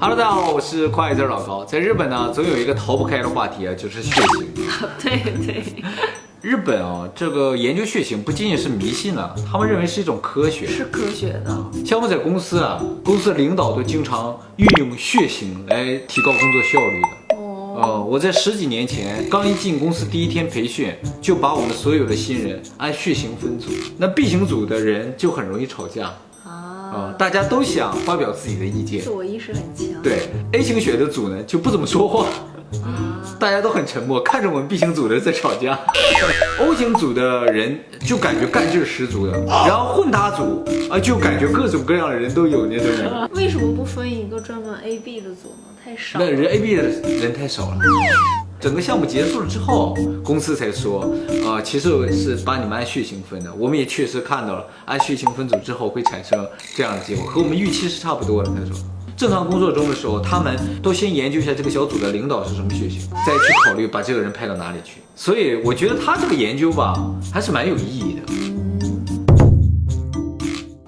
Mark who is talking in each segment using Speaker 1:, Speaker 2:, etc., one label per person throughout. Speaker 1: Hello，大家好，我是快字老高。在日本呢，总有一个逃不开的话题啊，就是血型。
Speaker 2: 对对，
Speaker 1: 日本啊，这个研究血型不仅仅是迷信了，他们认为是一种科学。
Speaker 2: 是科学的。
Speaker 1: 像我们在公司啊，公司领导都经常运用血型来提高工作效率的。
Speaker 2: 哦，
Speaker 1: 哦，我在十几年前刚一进公司第一天培训，就把我们所有的新人按血型分组。那 B 型组的人就很容易吵架啊、
Speaker 2: 啊，
Speaker 1: 大家都想发表自己的意见
Speaker 2: 自。我意识很强。
Speaker 1: 对 A 型血的组呢就不怎么说话，
Speaker 2: 啊，
Speaker 1: 大家都很沉默，看着我们 B 型组的人在吵架。O 型组的人就感觉干劲儿十足的，然后混搭组啊就感觉各种各样的人都有那种人。
Speaker 2: 为什么不分一个专门 A B 的组呢？太少
Speaker 1: 那
Speaker 2: 了。
Speaker 1: 人 A、B 的人太少了。整个项目结束了之后，公司才说，呃，其实我是把你们按血型分的。我们也确实看到了，按血型分组之后会产生这样的结果，和我们预期是差不多的。他说，正常工作中的时候，他们都先研究一下这个小组的领导是什么血型，再去考虑把这个人派到哪里去。所以我觉得他这个研究吧，还是蛮有意义的。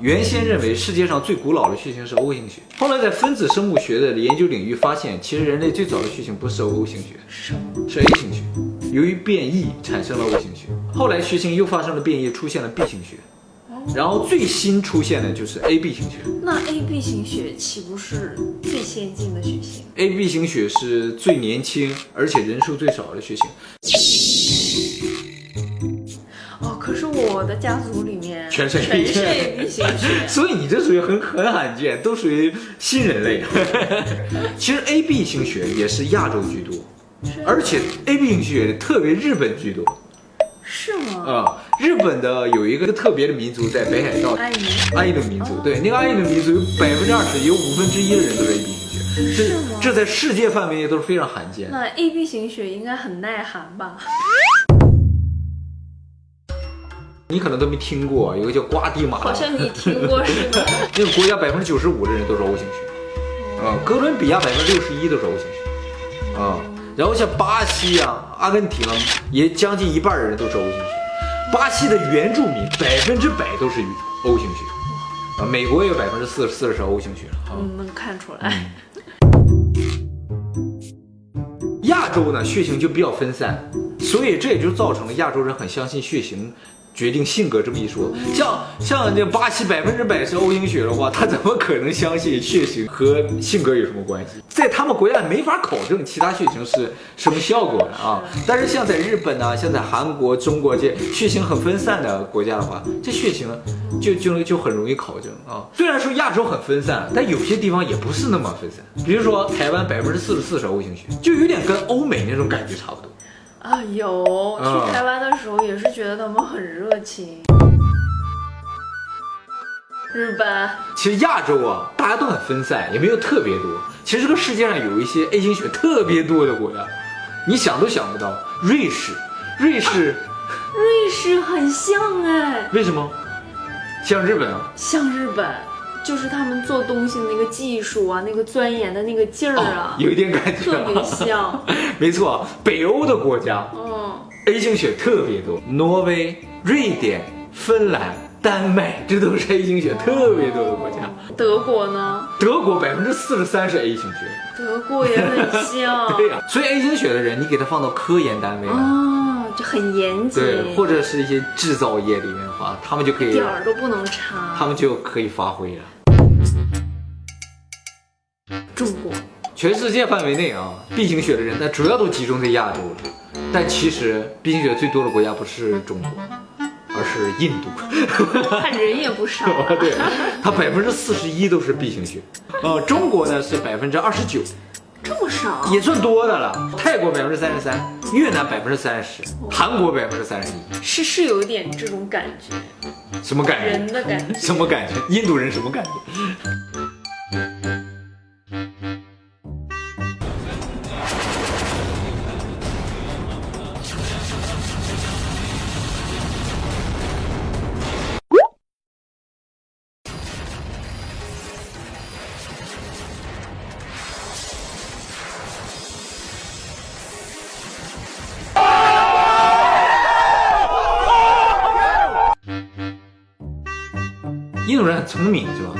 Speaker 1: 原先认为世界上最古老的血型是 O 型血，后来在分子生物学的研究领域发现，其实人类最早的血型不是 O 型血，
Speaker 2: 是吗？
Speaker 1: 是 A 型血。由于变异产生了 O 型血，后来血型又发生了变异，出现了 B 型血，然后最新出现的就是 AB 型血。
Speaker 2: 那 A B 型血岂不是最先进的血型？
Speaker 1: AB 型血是最年轻而且人数最少的血型，
Speaker 2: 哦，可是我的家族里面
Speaker 1: 全是
Speaker 2: A
Speaker 1: AB。
Speaker 2: B 型 血
Speaker 1: 所以你这属于很很罕见，都属于新人类。 其实 AB 型血也是亚洲居多，
Speaker 2: 是
Speaker 1: 而且 AB 型血特别日本居多。
Speaker 2: 是吗？
Speaker 1: 啊、日本的有一个特别的民族在北海道，
Speaker 2: 爱你
Speaker 1: 阿伊的民族，对，那个阿伊的民族有百分之二十，有五分之一的人都是 AB 型血
Speaker 2: 是吗，
Speaker 1: 这这在世界范围内都是非常罕见。
Speaker 2: 那 A B 型血应该很耐寒吧？
Speaker 1: 你可能都没听过，有个叫瓜地马
Speaker 2: 好
Speaker 1: 拉，
Speaker 2: 像你听过似 的。
Speaker 1: 那个国家百分之九十五的人都是 O 型血，
Speaker 2: 嗯
Speaker 1: 啊、哥伦比亚百分之六十一都是 O 型血，啊、然后像巴西啊、阿根廷啊，也将近一半的人都是 O 型血。巴西的原住民百分之百都是 O 型血，啊、美国也有百分之四四十 O 型血啊。
Speaker 2: 嗯，能看出来。
Speaker 1: 亚洲呢血型就比较分散，所以这也就造成了亚洲人很相信血型决定性格这么一说。像像这巴西百分之百是 O 型血的话，他怎么可能相信血型和性格有什么关系？在他们国家没法考证其他血型是什么效果的啊。但是像在日本呢、像在韩国、中国这血型很分散的国家的话，这血型呢就就就很容易考证啊。虽然说亚洲很分散，但有些地方也不是那么分散。比如说台湾百分之四十四是 O 型血，就有点跟欧美那种感觉差不多。
Speaker 2: 啊，有
Speaker 1: 嗯
Speaker 2: 去台湾的时候也是觉得他们很热情。日本
Speaker 1: 其实亚洲啊，大家都很分散，也没有特别多。其实这个世界上有一些 A 型血特别多的国家，你想都想不到。瑞士，瑞士
Speaker 2: 瑞士很像哎，
Speaker 1: 为什么像日本啊？
Speaker 2: 像日本，就是他们做东西的那个技术啊，那个钻研的那个劲儿啊，
Speaker 1: 哦有一点感觉
Speaker 2: 特别
Speaker 1: 啊，
Speaker 2: 像。
Speaker 1: 没错，北欧的国家
Speaker 2: 嗯，
Speaker 1: A 型血特别多，挪威、瑞典、芬兰、丹麦，这都是 A 型血特别多的国家。
Speaker 2: 德国呢？
Speaker 1: 德国百分之四十三是 A 型血，
Speaker 2: 德国也很像。
Speaker 1: 对呀、所以 A 型血的人，你给他放到科研单位啊，
Speaker 2: 啊，就很严谨，
Speaker 1: 对，或者是一些制造业里面的话，他们就可以
Speaker 2: 点，儿都不能
Speaker 1: 他
Speaker 2: 差。
Speaker 1: 们就可以发挥了。
Speaker 2: 中国
Speaker 1: 全世界范围内啊，B 型血的人，那主要都集中在亚洲了。但其实 B 型血最多的国家不是中国，而是印度。
Speaker 2: 看人也不 少啊，
Speaker 1: 对，它百分之四十一都是 B 型血，呃，中国呢是百分之二十九，
Speaker 2: 这么少。
Speaker 1: 也算多的了。泰国百分之三十三，越南百分之三十，韩国百分之三十一，
Speaker 2: 是是有一点这种感觉，
Speaker 1: 什么感
Speaker 2: 人
Speaker 1: 觉？
Speaker 2: 的感觉。
Speaker 1: 什么感觉？印度人什么感觉？印度人很聪明，是吧？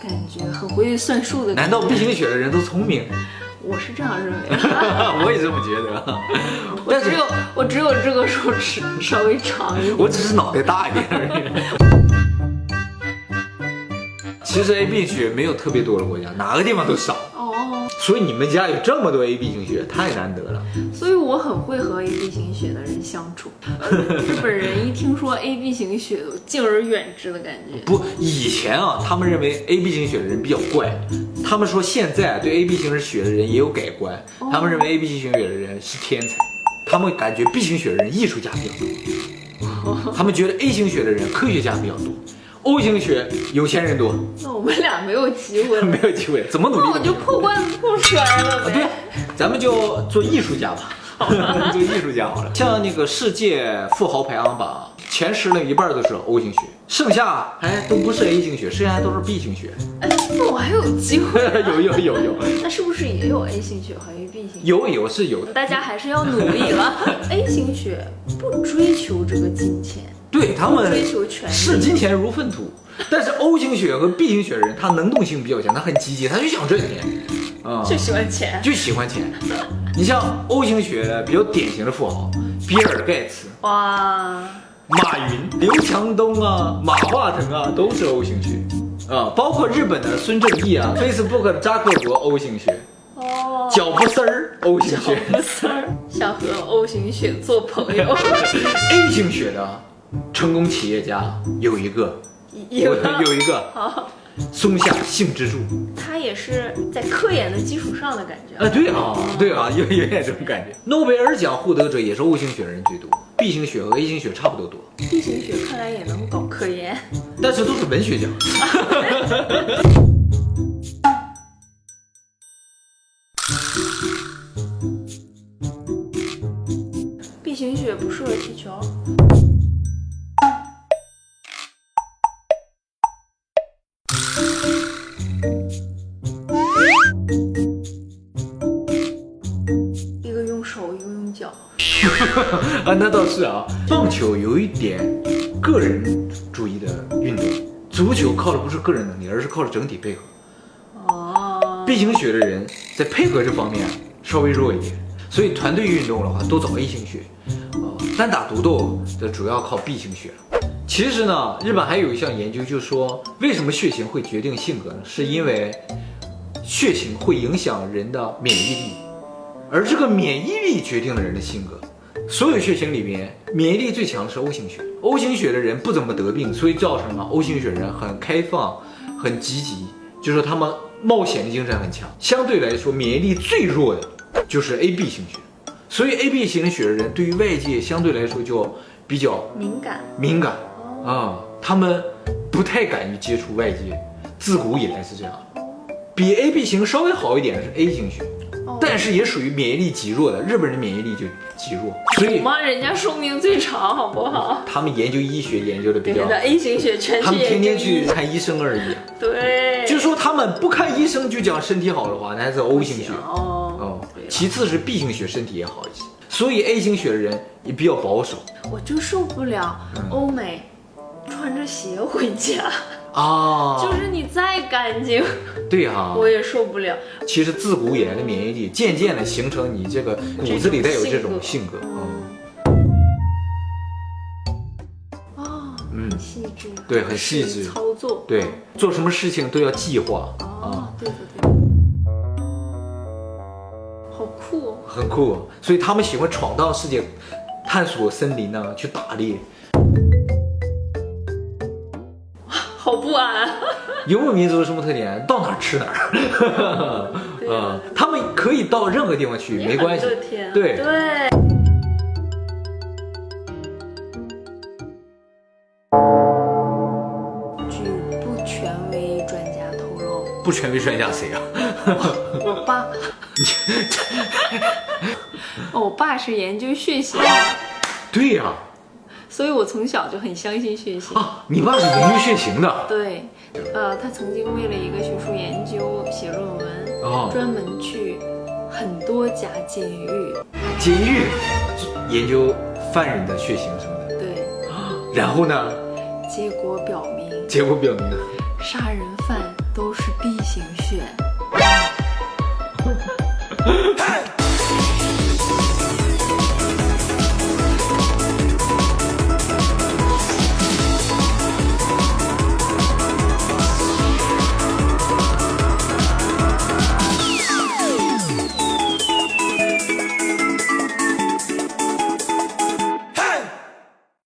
Speaker 2: 感觉很可会算数的
Speaker 1: 难
Speaker 2: 感
Speaker 1: 道 B
Speaker 2: 觉
Speaker 1: 型血的人都聪明？
Speaker 2: 我是这样认为的，
Speaker 1: 我也这么觉得，
Speaker 2: 我
Speaker 1: 但是
Speaker 2: 只有我只有这个手指稍微长一点。
Speaker 1: 我只是脑袋大一点而已。 其实 AB 血没有特别多的国家，哪个地方都少，
Speaker 2: 哦，
Speaker 1: 所以你们家有这么多 AB 型血，太难得了。
Speaker 2: 所以我很会和 A B 型血的人相 处。呃日本人一听说 A B 型血，都敬而远之的感觉。
Speaker 1: 不，以前啊，他们认为 AB 型血的人比较怪，他们说现在啊对 AB 型血的人也有改观，他们认为 AB 型血的人是天才，他们感觉 B 型血的人艺术家比较多，他们觉得 A 型血的人科学家比较多，O 型血有钱人多，
Speaker 2: 那我们俩没有机会 了
Speaker 1: 没，有机会，怎么努
Speaker 2: 那
Speaker 1: 力
Speaker 2: 我
Speaker 1: 都
Speaker 2: 哦就破罐子破摔了
Speaker 1: 啊，对
Speaker 2: 呗
Speaker 1: 啊。，咱们就做艺术家吧， 做艺术家好了。像那个世界富豪排行榜前十的一半都是 O 型血，剩下哎都不是 A 型血，剩下都是 B 型血。
Speaker 2: 哎，那我还有机会。
Speaker 1: 有有有有
Speaker 2: 那是不是也有 A 型血和 AB 型血？
Speaker 1: 有有是有的，
Speaker 2: 大家还是要努力了。A 型血不追求这个金钱，
Speaker 1: 对他
Speaker 2: 不
Speaker 1: 们
Speaker 2: 追求权
Speaker 1: 视
Speaker 2: 利。
Speaker 1: 金钱如粪土。但是 O 型血和 B 型血的人，他能动性比较强，他很积极，他就想挣钱，啊、
Speaker 2: 就喜欢钱
Speaker 1: 就喜欢钱。你像 O 型血比较典型的富豪，比尔盖茨、
Speaker 2: 哇！
Speaker 1: 马云、刘强东啊、马化腾啊，都是 O 型血啊，包括日本的孙正义啊，Facebook 的扎克伯 O 型血，
Speaker 2: 哦，
Speaker 1: 脚不丝儿 O 型血
Speaker 2: 不丝儿想和 O 型血做朋友，
Speaker 1: ，A 型血的成功企业家有一个，
Speaker 2: 有
Speaker 1: 我有一个
Speaker 2: 好，
Speaker 1: 松下幸之助。
Speaker 2: 他也是在科研的基础上的感觉。
Speaker 1: 啊，对啊，对啊，有有点这种感觉。诺贝尔奖获得者也是 O 型血的人最多，B 型血和 A 型血差不多多，
Speaker 2: B 型血看来也能搞科研，
Speaker 1: 但是都是文学奖。
Speaker 2: B 型血不适合踢球。一个用手，一个用脚。
Speaker 1: 啊，那倒是啊。棒球有一点个人主义的运动，足球靠的不是个人能力，而是靠的整体配合。
Speaker 2: 哦，
Speaker 1: B 型血的人在配合这方面稍微弱一点，所以团队运动的话都找 A 型血，呃，单打独斗的主要靠 B 型血了。其实呢，日本还有一项研究，就说为什么血型会决定性格呢？是因为血型会影响人的免疫力，而这个免疫力决定了人的性格。所有血型里面，免疫力最强的是 O 型血。O 型血的人不怎么得病，所以造成了 O 型血人很开放、很积极，就说他们冒险精神很强。相对来说，免疫力最弱的就是 AB 型血，所以 AB 型血的人对于外界相对来说就比较
Speaker 2: 敏感。
Speaker 1: 敏感啊、他们不太敢于接触外界，自古以来是这样的。比 AB 型稍微好一点的是 A 型血，
Speaker 2: 哦
Speaker 1: 但是也属于免疫力极弱的。日本人免疫力就极弱，所以
Speaker 2: 妈，人家寿命最长，好不好？
Speaker 1: 他们研究医学研究的比
Speaker 2: 别
Speaker 1: 较，
Speaker 2: 的 A 型血全
Speaker 1: 啊他
Speaker 2: 去
Speaker 1: 们天天
Speaker 2: 研究
Speaker 1: 去
Speaker 2: 医，
Speaker 1: 看医生而已。
Speaker 2: 对，
Speaker 1: 就说他们不看医生就讲身体好的话，那是 O 型血。
Speaker 2: 哦
Speaker 1: 哦，
Speaker 2: 对，了
Speaker 1: 其次是 B 型血，身体也好一些。所以 A 型血的人也比较保守
Speaker 2: 我就受不了
Speaker 1: 嗯
Speaker 2: 欧美穿着鞋回家，
Speaker 1: 啊。
Speaker 2: 就是你再干净，
Speaker 1: 对哈、
Speaker 2: 我也受不了。
Speaker 1: 其实自古以来的免疫力，渐渐的形成你这个骨子里带有这种性格。嗯，
Speaker 2: 哦，
Speaker 1: 嗯
Speaker 2: 很细致啊，
Speaker 1: 对很细致
Speaker 2: 操作，
Speaker 1: 对，做什么事情都要计划啊
Speaker 2: 哦，，对对对，好酷哦。
Speaker 1: 很酷。啊所以他们喜欢闯荡世界，探索森林呢，去打猎。
Speaker 2: 好不安，啊
Speaker 1: 游牧民族有什么特点？到哪儿吃哪儿。
Speaker 2: 对啊
Speaker 1: 嗯，他们可以到任何地方去，没关系
Speaker 2: 也。很乐天啊
Speaker 1: 对
Speaker 2: 对，据不权威专家透露，
Speaker 1: 不权威专家谁啊？
Speaker 2: 我爸， 哦我爸是研究血型，
Speaker 1: 对呀、
Speaker 2: 所以我从小就很相信血型
Speaker 1: 啊，。你爸是研究血型的。
Speaker 2: 对，呃，他曾经为了一个学术研究写论文，
Speaker 1: 哦
Speaker 2: 专门去很多家监狱，
Speaker 1: 监狱研究犯人的血型什么的。
Speaker 2: 对，
Speaker 1: 然后呢，
Speaker 2: 结果表明
Speaker 1: 结果表明。
Speaker 2: 杀人犯都是 B 型血。